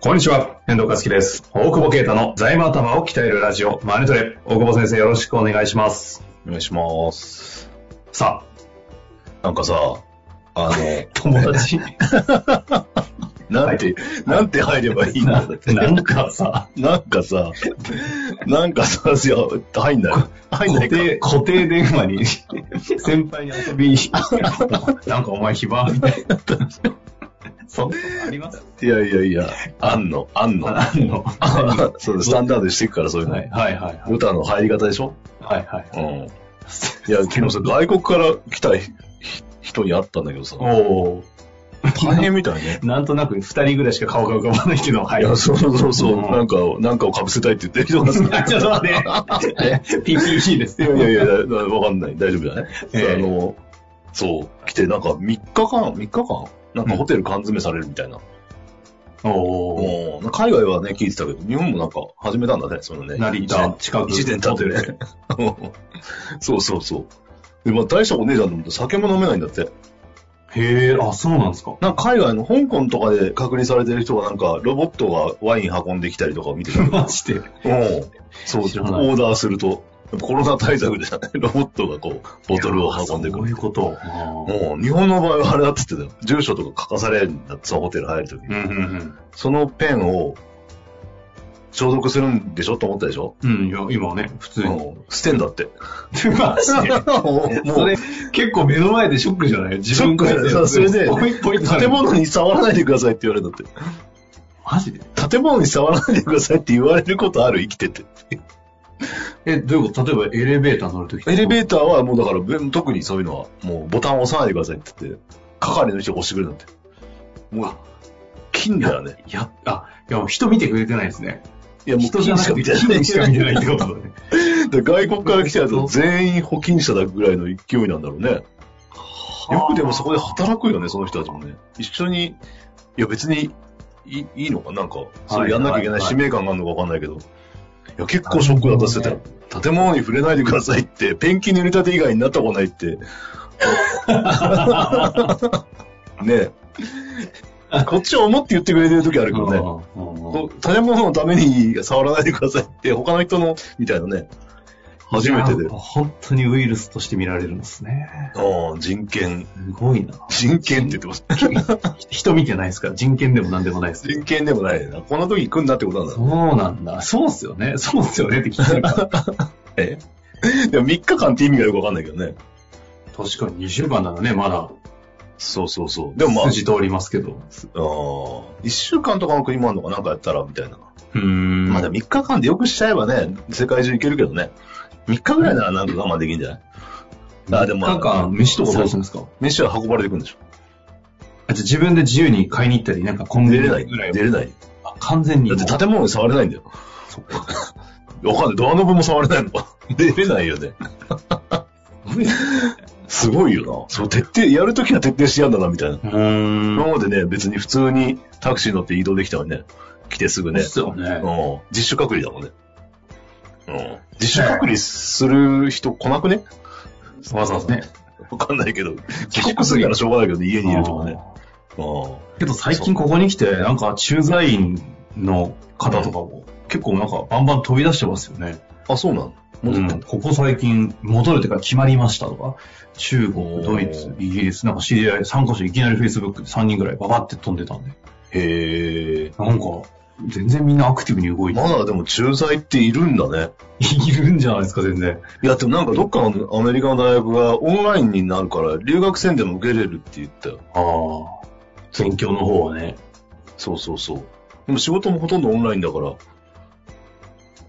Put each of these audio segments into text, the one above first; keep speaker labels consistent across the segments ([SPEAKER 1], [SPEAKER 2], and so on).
[SPEAKER 1] こんにちは、遠藤和樹です。大久保啓太の財務頭を鍛えるラジオ、マネトレ。大久保先生、よろしくお願いします。
[SPEAKER 2] お願いします。
[SPEAKER 1] さ
[SPEAKER 2] なんかさ、あの、
[SPEAKER 1] あ、 友達、
[SPEAKER 2] なんて、なんて入ればいいんだ
[SPEAKER 1] ななんかさ、
[SPEAKER 2] なんかさ、なんかさ、いや、入んない。入んな
[SPEAKER 1] 固
[SPEAKER 2] いか。
[SPEAKER 1] 定、固定電話に、先輩に遊びに行ったなんかお前暇みたいな。そんなことあります
[SPEAKER 2] いやいやいや、あんの、あんの。
[SPEAKER 1] あんのは
[SPEAKER 2] そうスタンダードにしていくから、そうい
[SPEAKER 1] いう
[SPEAKER 2] の。
[SPEAKER 1] はいはいはい。
[SPEAKER 2] 歌の入り方でしょ
[SPEAKER 1] はいはい。
[SPEAKER 2] うん。いや、昨日さ、外国から来たひ人に会ったんだけどさ、
[SPEAKER 1] おお。
[SPEAKER 2] 大変みたいね。
[SPEAKER 1] なんとなく二人ぐらいしか顔が浮かばないけど、はいい。
[SPEAKER 2] や、そうそうそ
[SPEAKER 1] う
[SPEAKER 2] う、
[SPEAKER 1] ん
[SPEAKER 2] なんか、なんかを被せたいって言ってる人 がさ
[SPEAKER 1] ちょっと待 って。PPE です
[SPEAKER 2] い
[SPEAKER 1] よ。
[SPEAKER 2] やいやいや、だだわかんない。大丈夫じゃない、
[SPEAKER 1] ええ
[SPEAKER 2] あの、そう、来て、なんか3日間、3日間なんかホテル缶詰されるみたいな。
[SPEAKER 1] おお。
[SPEAKER 2] おー海外はね、聞いてたけど、日本もなんか始めたんだね、そのね。
[SPEAKER 1] 成
[SPEAKER 2] 一
[SPEAKER 1] 田
[SPEAKER 2] 年
[SPEAKER 1] 近く
[SPEAKER 2] 一年経って ね。そうそうそう。で、まあ、大したお姉ちゃんでも酒も飲めないんだって。
[SPEAKER 1] へえ、あ、そうなんですか。
[SPEAKER 2] なんか海外の香港とかで確認されてる人がなんか、ロボットがワイン運んできたりとかを見てたけ ど。
[SPEAKER 1] マジで。
[SPEAKER 2] うん。そう、オ
[SPEAKER 1] 知らない
[SPEAKER 2] ーダーすると、やっぱコロナ対策じゃないロボットがこう、ボトルを運んでく
[SPEAKER 1] こ
[SPEAKER 2] る
[SPEAKER 1] うい。うこと。
[SPEAKER 2] もう、日本の場合はあれだって言ってたよ。住所とか書かされるんだってさ、ホテル入るとき
[SPEAKER 1] う
[SPEAKER 2] に。
[SPEAKER 1] んうん
[SPEAKER 2] そのペンを、消毒するんでしょと思ったでしょ
[SPEAKER 1] うん。うん、いや、今はね、普通に。
[SPEAKER 2] うん 捨てんだ って。
[SPEAKER 1] マジで。
[SPEAKER 2] も
[SPEAKER 1] それ、結構目の前でショックじゃない自分から
[SPEAKER 2] ショックそうそれで
[SPEAKER 1] ポイポイ
[SPEAKER 2] 建物に触らないでくださいって言われるんだって。
[SPEAKER 1] マジで
[SPEAKER 2] 建物に触らないでくださいって言われることある生きてて。
[SPEAKER 1] え、どういうこと例えばエレベーター乗るとき
[SPEAKER 2] エレベ
[SPEAKER 1] ー
[SPEAKER 2] ーターはもうだから、べ特にそういうのは、もうボタンを押さないでくださいって言って、係の人が押してくれるんだって。もう、金だよね。
[SPEAKER 1] ターや、あ、いや、人見てくれてないですね。
[SPEAKER 2] いや、もう
[SPEAKER 1] 人じゃな
[SPEAKER 2] 金し
[SPEAKER 1] く
[SPEAKER 2] か
[SPEAKER 1] て、
[SPEAKER 2] 見てない。
[SPEAKER 1] 人しか見てないってことだね。
[SPEAKER 2] で外国から来たやつは全員保菌者だぐらいの勢いなんだろうね。 よくでもそこで働くよね、その人たちもね。一緒に、いや別にいいいいのか、なんか、それやんなきゃいけ
[SPEAKER 1] ははいは
[SPEAKER 2] ないい
[SPEAKER 1] い
[SPEAKER 2] 使命感があるのかわかんないけど。いや、結構ショックだったっすよ。建物に触れないでくださいって、ペンキ塗りたて以外になったことない って。ねえ。こっちを思って言ってくれてる時あるけどね。
[SPEAKER 1] ね。
[SPEAKER 2] 建物のために触らないでくださいって、他の人の、みたいなね。初めてで
[SPEAKER 1] やっ。ぱ本当にウイルスとして見られるんですね。
[SPEAKER 2] ああ、人権。
[SPEAKER 1] すごいな。
[SPEAKER 2] 人権って言ってます。
[SPEAKER 1] 人見てないですから、人権でも何でもないです。
[SPEAKER 2] 人権でもないな。こんな時行くんだってことなんだ
[SPEAKER 1] そうなんだ。そうっすよね。そうっすよねって聞いてる から。
[SPEAKER 2] ええでも3日間って意味がよくわかんないけどね。
[SPEAKER 1] 確かに2週間ならね、まだ
[SPEAKER 2] そうそうそう。でもまあ、あ
[SPEAKER 1] 筋通りますけど。
[SPEAKER 2] 1週間とかの国もあるのかなんかやったらみたいな。
[SPEAKER 1] うーん
[SPEAKER 2] まあでも3日間でよくしちゃえばね、世界中行けるけどね。3日ぐらいならなんと我慢できるんじゃない、あでも
[SPEAKER 1] なんか、飯とかどうするんですか
[SPEAKER 2] 飯は運ばれてくんでしょ
[SPEAKER 1] あじゃあ自分で自由に買いに行ったり、なんかコンビ
[SPEAKER 2] 出
[SPEAKER 1] ニ
[SPEAKER 2] れな
[SPEAKER 1] ぐ
[SPEAKER 2] い。
[SPEAKER 1] らいは。
[SPEAKER 2] 出れない。
[SPEAKER 1] あ完全に
[SPEAKER 2] だ
[SPEAKER 1] もう。
[SPEAKER 2] って建物に触れないんだよ。わかんない。ドアノブも触れないのか。出れないよ ね。すごいよな。そう、徹底、やるときは徹底してやんだな、みたいな。
[SPEAKER 1] うーん。
[SPEAKER 2] 今までね、別に普通にタクシー乗って移動できたのにね、来てすぐね
[SPEAKER 1] で。すよね
[SPEAKER 2] う。ん。自主隔離だもんね。うん。自主隔離する人来なくね
[SPEAKER 1] わざわざね。
[SPEAKER 2] わかんないけど。帰国するからしょうがないけどね、家にいるとかね。
[SPEAKER 1] あ
[SPEAKER 2] うん。
[SPEAKER 1] ーけど最近ここに来て、なんか駐在員の方とかも、結構なんかバンバン飛び出してますよね。
[SPEAKER 2] あ、そうなの戻った
[SPEAKER 1] うんここ最近戻るというか決まりましたとか、中国、ドイツ、イギリス、なんか知り合い3カ所いきなり Facebook で3人ぐらいババって飛んでたんで、
[SPEAKER 2] へえ。
[SPEAKER 1] なんか全然みんなアクティブに動いて、
[SPEAKER 2] まだでも駐在っているんだね。
[SPEAKER 1] いるんじゃないですか全然。
[SPEAKER 2] いや、でもなんかどっかのアメリカの大学がオンラインになるから留学生でも受けれるって言ったよ。
[SPEAKER 1] ああ。勉強の方はね。
[SPEAKER 2] そうそうそう。でも仕事もほとんどオンラインだから、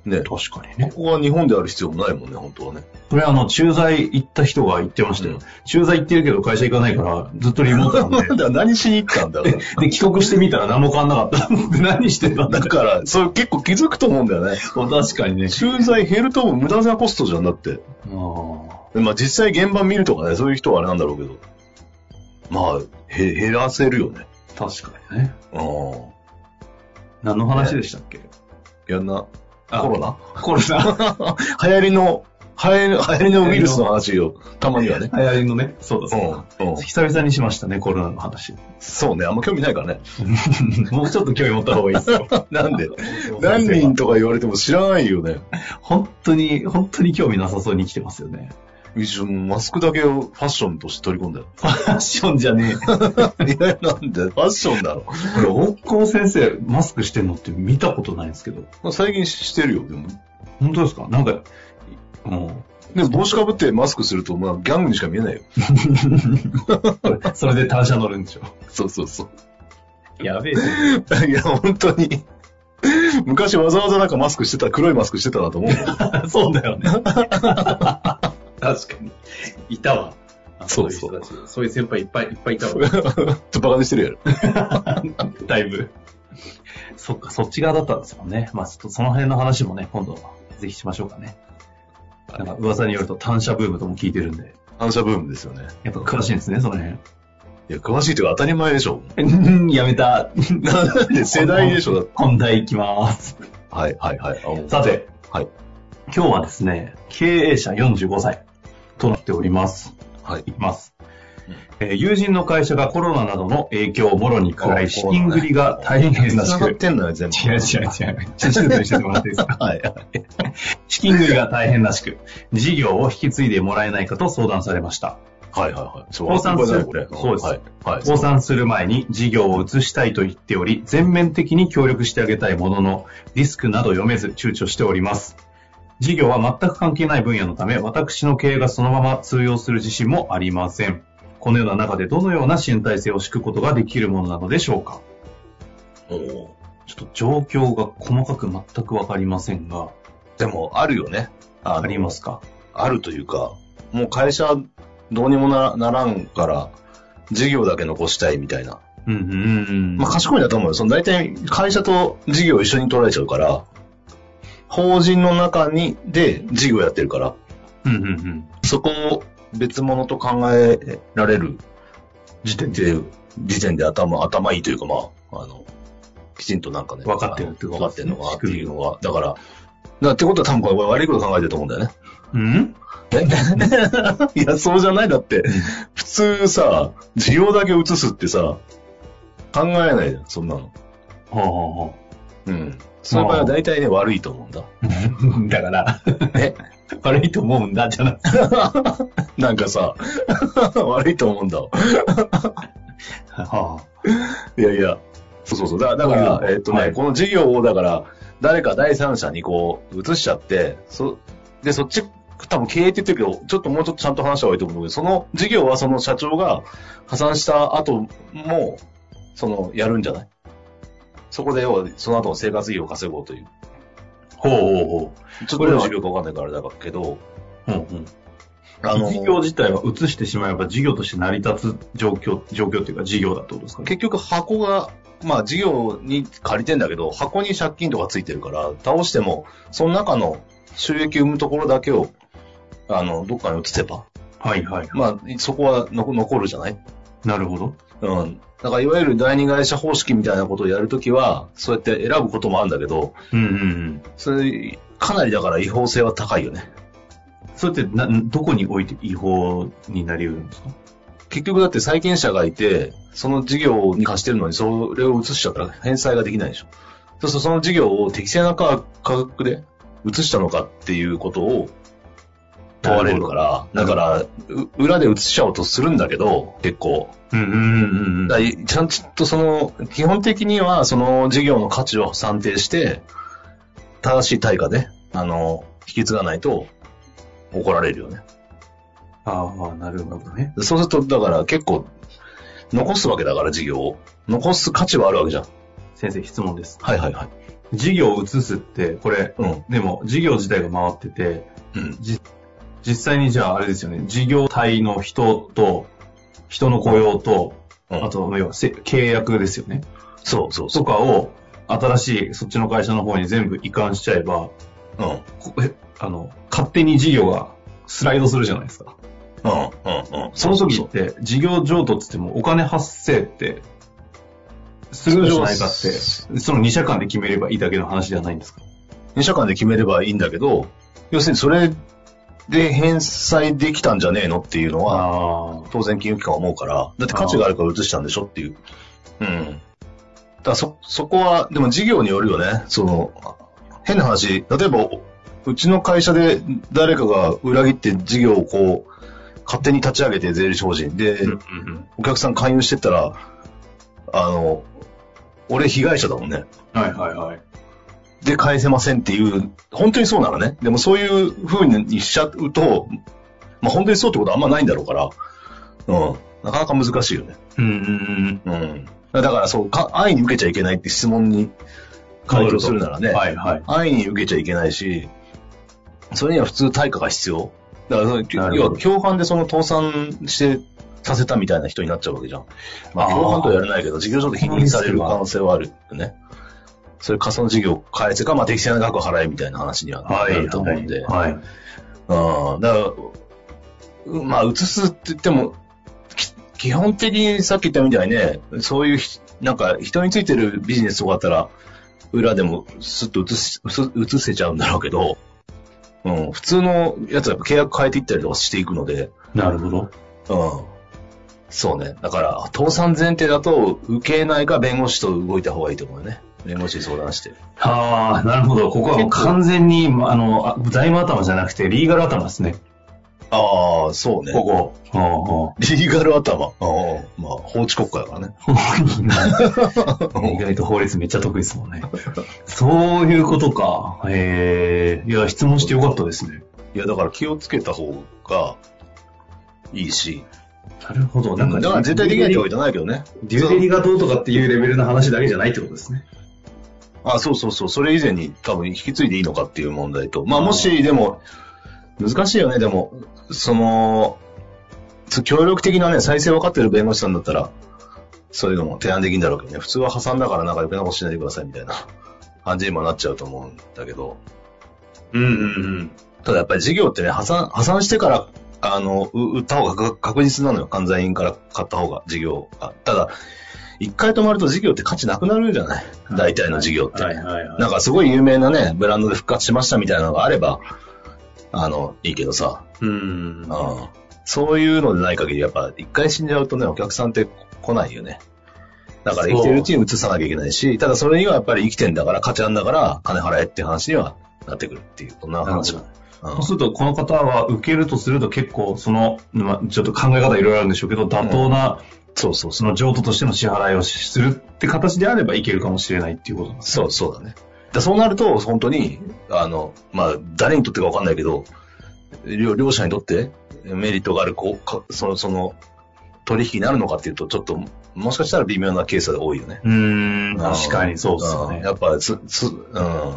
[SPEAKER 2] ね。
[SPEAKER 1] 確かに
[SPEAKER 2] こ
[SPEAKER 1] ね。
[SPEAKER 2] こは日本である必要もないもんね、本当はね。
[SPEAKER 1] これあの、駐在行った人が言ってましたよ。
[SPEAKER 2] うん
[SPEAKER 1] 駐在行ってるけど会社行かないから、ずっとリモートなんで。
[SPEAKER 2] だ何しに行ったんだろう。
[SPEAKER 1] で、帰国してみたら何も変わんなかった。で何してたんだ
[SPEAKER 2] だから、それ結構気づくと思うんだよね。
[SPEAKER 1] 確かにね。
[SPEAKER 2] 駐在減ると無駄なコストじゃんだって。
[SPEAKER 1] あー
[SPEAKER 2] まあ実際現場見るとかね、そういう人はあれなんだろうけど。まあ、へ減らせるよね。
[SPEAKER 1] 確かにね。
[SPEAKER 2] うん。
[SPEAKER 1] 何の話でしたっけ、
[SPEAKER 2] いやな、
[SPEAKER 1] あ
[SPEAKER 2] コロナ
[SPEAKER 1] コロナ。
[SPEAKER 2] 流行りの、流行りの流行りのウイルスの話を、たまにはね。
[SPEAKER 1] 流行りのね。そうだそうだ。
[SPEAKER 2] うん。うん。
[SPEAKER 1] 久々にしましたね、コロナの 話。
[SPEAKER 2] そうね、あんま興味ないからね。
[SPEAKER 1] もうちょっと興味持った方がいいですよ。
[SPEAKER 2] なんで 何人とか言われても知らないよね。
[SPEAKER 1] 本当に、本当に興味なさそうに来てますよね。
[SPEAKER 2] 一応マスクだけをファッションとして取り込んだ よ。
[SPEAKER 1] ファッションじゃねえ。
[SPEAKER 2] いや、なんでファッションだろ。
[SPEAKER 1] これ、大久保先生、マスクしてんのって見たことないんですけど。
[SPEAKER 2] まあ最近してるよ、でも。
[SPEAKER 1] 本当ですかなんか、も
[SPEAKER 2] でも帽子かぶってマスクすると、まあギャングにしか見えないよ。
[SPEAKER 1] う、それで単車乗るんでしょ。
[SPEAKER 2] そうそうそう。
[SPEAKER 1] やべえ。
[SPEAKER 2] いや、本当に。昔わざわざなんかマスクしてた、黒いマスクしてたなと思うもん。
[SPEAKER 1] そうだよね。確かに。いたわ。
[SPEAKER 2] そう
[SPEAKER 1] そ
[SPEAKER 2] そう
[SPEAKER 1] ういう人たちそういう先輩いっぱいいっぱいいたわ。
[SPEAKER 2] とバカにしてるや
[SPEAKER 1] だいぶ。そっか、そっち側だったんですもんね。まあ、ちょっとその辺の話もね、今度、ぜひしましょうかね。なんか噂によると、単車ブームとも聞いてるんで、
[SPEAKER 2] ろ。反射ブームですよね。
[SPEAKER 1] やっぱ詳しいんですね、その
[SPEAKER 2] いや、詳しいというか当たり前でしょ。
[SPEAKER 1] 辺。やめた。
[SPEAKER 2] なんで世代でしょ。だって
[SPEAKER 1] 本題いきます。
[SPEAKER 2] はい、はい、はい。
[SPEAKER 1] さて、
[SPEAKER 2] はい。
[SPEAKER 1] 今日はですね、経営者45歳となっております。
[SPEAKER 2] はい
[SPEAKER 1] い。きます。えー友人の会社がコロナなどの影響をもろに食らい、資金繰りが大変らし
[SPEAKER 2] 繋がっ
[SPEAKER 1] く、
[SPEAKER 2] てんのよ、全部。
[SPEAKER 1] 違う違う違う。ちょっと静かにしててもらっていいですか
[SPEAKER 2] はい。
[SPEAKER 1] 資金繰りが大変らしく、事業を引き継いでもらえないかと相談されました。
[SPEAKER 2] はいはいはい。そ
[SPEAKER 1] 倒
[SPEAKER 2] う
[SPEAKER 1] 産する
[SPEAKER 2] これ。
[SPEAKER 1] そうです
[SPEAKER 2] はい。はい。
[SPEAKER 1] 倒産する前に事業を移したいと言っており、全面的に協力してあげたいものの、リスクなど読めず躊躇しております。事業は全く関係ない分野のため、私の経営がそのまま通用する自信もありません。このような中でどのような新体制を敷くことができるものなのでしょうか
[SPEAKER 2] おー
[SPEAKER 1] ちょっと状況が細かく全くわかりませんが、
[SPEAKER 2] でも、あるよね。あ
[SPEAKER 1] あ
[SPEAKER 2] の
[SPEAKER 1] りますか
[SPEAKER 2] あるというか、もう会社どうにもなならんから、事業だけ残したいみたいな。
[SPEAKER 1] うんうんうんうん。
[SPEAKER 2] まあ、賢いなと思うよ。その大体、会社と事業を一緒に取られちゃうから、法人の中に、で、事業やってるから、
[SPEAKER 1] うんうんうん。
[SPEAKER 2] そこを別物と考えられる時点で、時点で頭、頭いいというか、まあ、あの、きちんとなんかね、
[SPEAKER 1] 分かってるってこと
[SPEAKER 2] 分かってるのかっていうのが、だから、だからってことは多分これ悪いこと考えてると思うんだよね。
[SPEAKER 1] うん
[SPEAKER 2] いや、そうじゃない。だって、普通さ、需要だけ移すってさ、考えないじゃん、そんなの。
[SPEAKER 1] はあは
[SPEAKER 2] うん。その場合は大体ね、悪いと思うんだ。
[SPEAKER 1] あはあ。 だから、
[SPEAKER 2] え
[SPEAKER 1] 悪いと思うんだ、じゃなくて。
[SPEAKER 2] なんかさ、 悪いと思うんだ。
[SPEAKER 1] はあ。
[SPEAKER 2] いやいや、そうそうそう。だだから、
[SPEAKER 1] うん
[SPEAKER 2] えっとね、
[SPEAKER 1] はい
[SPEAKER 2] この事業を、だから、誰か第三者にこう、移しちゃって、そ、で、そっち、多分経営って言ってるけど、ちょっともうちょっとちゃんと話した方がいいと思うんだけど、その事業はその社長が破産した後も、その、やるんじゃないそこで、要はその後の生活費を稼ごうという。
[SPEAKER 1] ほうほうほ
[SPEAKER 2] ちょっ
[SPEAKER 1] ことれ
[SPEAKER 2] どういう
[SPEAKER 1] は
[SPEAKER 2] 事業かわかんないからあれだけど、
[SPEAKER 1] う。うんうん
[SPEAKER 2] あの、
[SPEAKER 1] 事業自体は移してしまえば事業として成り立つ状況、状況というか事業だってことですかね。
[SPEAKER 2] 結局箱が、まあ事業に借りてんだけど、箱に借金とかついてるから、倒しても、その中の収益生むところだけを、あの、どっかに移せば、
[SPEAKER 1] はいはい。
[SPEAKER 2] まあ、そこはの残るじゃない
[SPEAKER 1] なるほど。
[SPEAKER 2] うん。だから、いわゆる第二会社方式みたいなことをやるときは、そうやって選ぶこともあるんだけど、
[SPEAKER 1] うんうんうん。
[SPEAKER 2] それ、かなりだから違法性は高いよね。
[SPEAKER 1] それってな、どこにおいて違法になり得るんですか
[SPEAKER 2] 結局だって債権者がいて、その事業に貸してるのに、それを移しちゃったら返済ができないでしょ。そうするとその事業を適正な価価格で移したのかっていうことを問われるから、
[SPEAKER 1] なるほ
[SPEAKER 2] だか
[SPEAKER 1] ど
[SPEAKER 2] ら、う裏で移しちゃおうとするんだけど、結構。
[SPEAKER 1] うんうんうんうん
[SPEAKER 2] だからちゃんとその、基本的にはその事業の価値を算定して、正しい対価で、あの、引き継がないと怒られるよね。
[SPEAKER 1] ああ、なるほどね。
[SPEAKER 2] そうすると、だから結構、残すわけだから、事業を。残す価値はあるわけじゃん。
[SPEAKER 1] 先生質問です。
[SPEAKER 2] はいはいはい。
[SPEAKER 1] 事業を移すって、これ、
[SPEAKER 2] うん。
[SPEAKER 1] でも事業自体が回ってて、
[SPEAKER 2] うん。
[SPEAKER 1] じ実際にじゃああれですよね、事業体の人と、人の雇用と、
[SPEAKER 2] うん
[SPEAKER 1] あと、要はせ契約ですよね。
[SPEAKER 2] そうそう
[SPEAKER 1] と
[SPEAKER 2] そ
[SPEAKER 1] かを、新しいそっちの会社の方に全部移管しちゃえば、
[SPEAKER 2] う。うん。うん。
[SPEAKER 1] こえあの、勝手に事業がスライドするじゃないですか。
[SPEAKER 2] うん。うん。
[SPEAKER 1] その時って、事業譲渡っつってもお金発生って、するじゃないかって、その2社間で決めればいいだけの話じゃないんですか。
[SPEAKER 2] 2社間で決めればいいんだけど、要するにそれで返済できたんじゃねえのっていうのは、
[SPEAKER 1] あ
[SPEAKER 2] 当然金融機関は思うから、だって価値があるから移したんでしょっていう。うん。だからそ、そこは、でも事業によるよね。その、変な話、例えば、おうちの会社で誰かが裏切って事業をこう、勝手に立ち上げて税理士法人で、お客さん勧誘してったら、あの、俺被害者だもんね。
[SPEAKER 1] はいはいはい。
[SPEAKER 2] で返せませんっていう、本当にそうならね。でもそういう風にしちゃうと、まあ本当にそうってことはあんまないんだろうから、うん。なかなか難しいよね。
[SPEAKER 1] うんうん
[SPEAKER 2] うん。だからそう、か安易に受けちゃいけないって質問に回答するならね、
[SPEAKER 1] うん。はいはい。
[SPEAKER 2] 安易に受けちゃいけないし、それには普通対価が必要。だからその、
[SPEAKER 1] なる
[SPEAKER 2] 要
[SPEAKER 1] ほ
[SPEAKER 2] は
[SPEAKER 1] ど
[SPEAKER 2] 共犯でその倒産してさせたみたいな人になっちゃうわけじゃん。まあ、
[SPEAKER 1] あー
[SPEAKER 2] 共犯とはやらないけど、事業所で否認される可能性はあるよね。それ仮想事業を返せか、まあ、適正な額を払えみたいな話にはなると思うんで。
[SPEAKER 1] はい。
[SPEAKER 2] うん。だからう、まあ、移すって言っても、き基本的にさっき言ったみたいにね、そういうひ、なんか人についてるビジネスとかあったら、裏でもスッと移す、移せちゃうんだろうけど、うん、普通のやつはやっぱ契約変えていったりとかしていくので、
[SPEAKER 1] なるほど。
[SPEAKER 2] うん。そうね。だから、倒産前提だと、受けないか弁護士と動いた方がいいと思うよね。弁護士に相談して。
[SPEAKER 1] ああ、なるほど。ここはもう完全に、まあの、あ財務頭じゃなくて、リーガル頭ですね。
[SPEAKER 2] ああ、そうね。
[SPEAKER 1] ここ。あ
[SPEAKER 2] リーガル頭。ああ、まあ、法治国家だからね。
[SPEAKER 1] あ意外と法律めっちゃ得意ですもんね。そういうことか。ええいや、質問してよかったですね。
[SPEAKER 2] いや、だから気をつけた方がいいし。
[SPEAKER 1] なるほど。
[SPEAKER 2] だ
[SPEAKER 1] なん
[SPEAKER 2] か
[SPEAKER 1] か、
[SPEAKER 2] ら絶対できないってわけじゃないけどね。
[SPEAKER 1] デューデリがどうとかっていうレベルの話だけじゃないってことですね。
[SPEAKER 2] あ、そうそうそう。それ以前に多分引き継いでいいのかっていう問題と。まあ
[SPEAKER 1] あー
[SPEAKER 2] もし、でも、難しいよね、でも。その、つ協力的なね、再生分かってる弁護士さんだったら、そういうのも提案できるんだろうけどね。普通は破産だからなんか余計なことしないでくださいみたいな感じにもなっちゃうと思うんだけど。
[SPEAKER 1] うんうん
[SPEAKER 2] ただやっぱり事業ってね、破産、破産してから、あの、う売った方が確確実なのよ。関西員から買った方が、事業が。ただ、一回止まると事業って価値なくなるじゃない大体の事業っ
[SPEAKER 1] うん。
[SPEAKER 2] て。
[SPEAKER 1] はいはいはい。
[SPEAKER 2] なんかすごい有名なね、ブランドで復活しましたみたいなのがあれば、あの、いいけどさ、
[SPEAKER 1] うん。
[SPEAKER 2] うん。そういうのでない限り、やっぱ一回死んじゃうとね、お客さんって来ないよね。だから生きてるうちに移さなきゃいけないし、ただそれにはやっぱり生きてんだから、価値あんだから、金払えって話にはなってくるっていう、こんな話が。うん
[SPEAKER 1] そうすると、この方は受けるとすると結構、その、まあ、ちょっと考え方いろいろあるんでしょうけど、妥当な、
[SPEAKER 2] そうそうそ
[SPEAKER 1] その譲渡としての支払いをするって形であればいけるかもしれないっていうことなん
[SPEAKER 2] う。
[SPEAKER 1] です。
[SPEAKER 2] そうそうだね。だそうなると、本当に、あの、まあ、誰にとってかわかんないけど、両両者にとってメリットがある、こう、かその、その、取引になるのかっていうと、ちょっと、もしかしたら微妙なケースが多いよね。
[SPEAKER 1] うーん、確かにそう
[SPEAKER 2] っ
[SPEAKER 1] ですよね。
[SPEAKER 2] やっぱ、つ、つ、うん。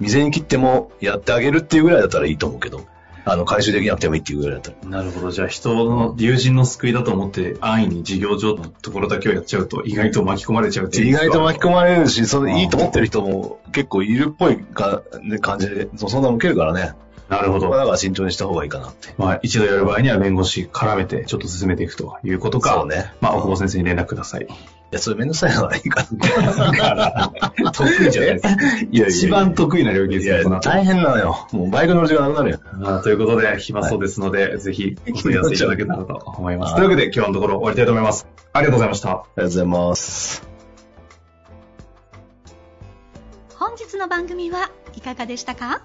[SPEAKER 2] 未然に切ってもやってあげるっていうぐらいだったらいいと思うけど、あの、回収できなくてもいいっていうぐらいだったら。
[SPEAKER 1] なるほど。じゃあ人の友人の救いだと思って安易に事業上のところだけをやっちゃうと意外と巻き込まれちゃうっていう
[SPEAKER 2] 意外と巻き込
[SPEAKER 1] ま
[SPEAKER 2] まれるし、その
[SPEAKER 1] うん
[SPEAKER 2] いいと思ってる人も結構いるっぽいか、ね、感じで、そそんな受けるからね。
[SPEAKER 1] なるほ
[SPEAKER 2] そこ
[SPEAKER 1] ど。
[SPEAKER 2] はだから慎重にした方がいいかなって。
[SPEAKER 1] まあ一度やる場合には弁護士絡めてちょっと進めていくということか。
[SPEAKER 2] そうね
[SPEAKER 1] まあ大久保先生に連絡ください。
[SPEAKER 2] いや、それめんどくさいのはいいかな。
[SPEAKER 1] 得意 じゃないですか。
[SPEAKER 2] いやいやいや
[SPEAKER 1] 一番得意な領域で
[SPEAKER 2] い
[SPEAKER 1] すね、
[SPEAKER 2] や
[SPEAKER 1] この、後
[SPEAKER 2] 大変なのよ。もうバイク乗る時間なくなるよ。
[SPEAKER 1] まあということで、暇そうですので、ぜひお問い合わせいただけたらと思います。 というわけで今日のところ終わりたいと思います。ありがとうございました。
[SPEAKER 2] ありがとうございます。
[SPEAKER 3] 本日の番組はいかがでしたか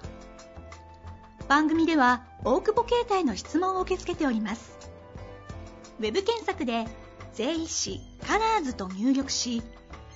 [SPEAKER 3] 番組では大久保携帯の質問を受け付けておりますウェブ検索で「税理士カラーズと入力し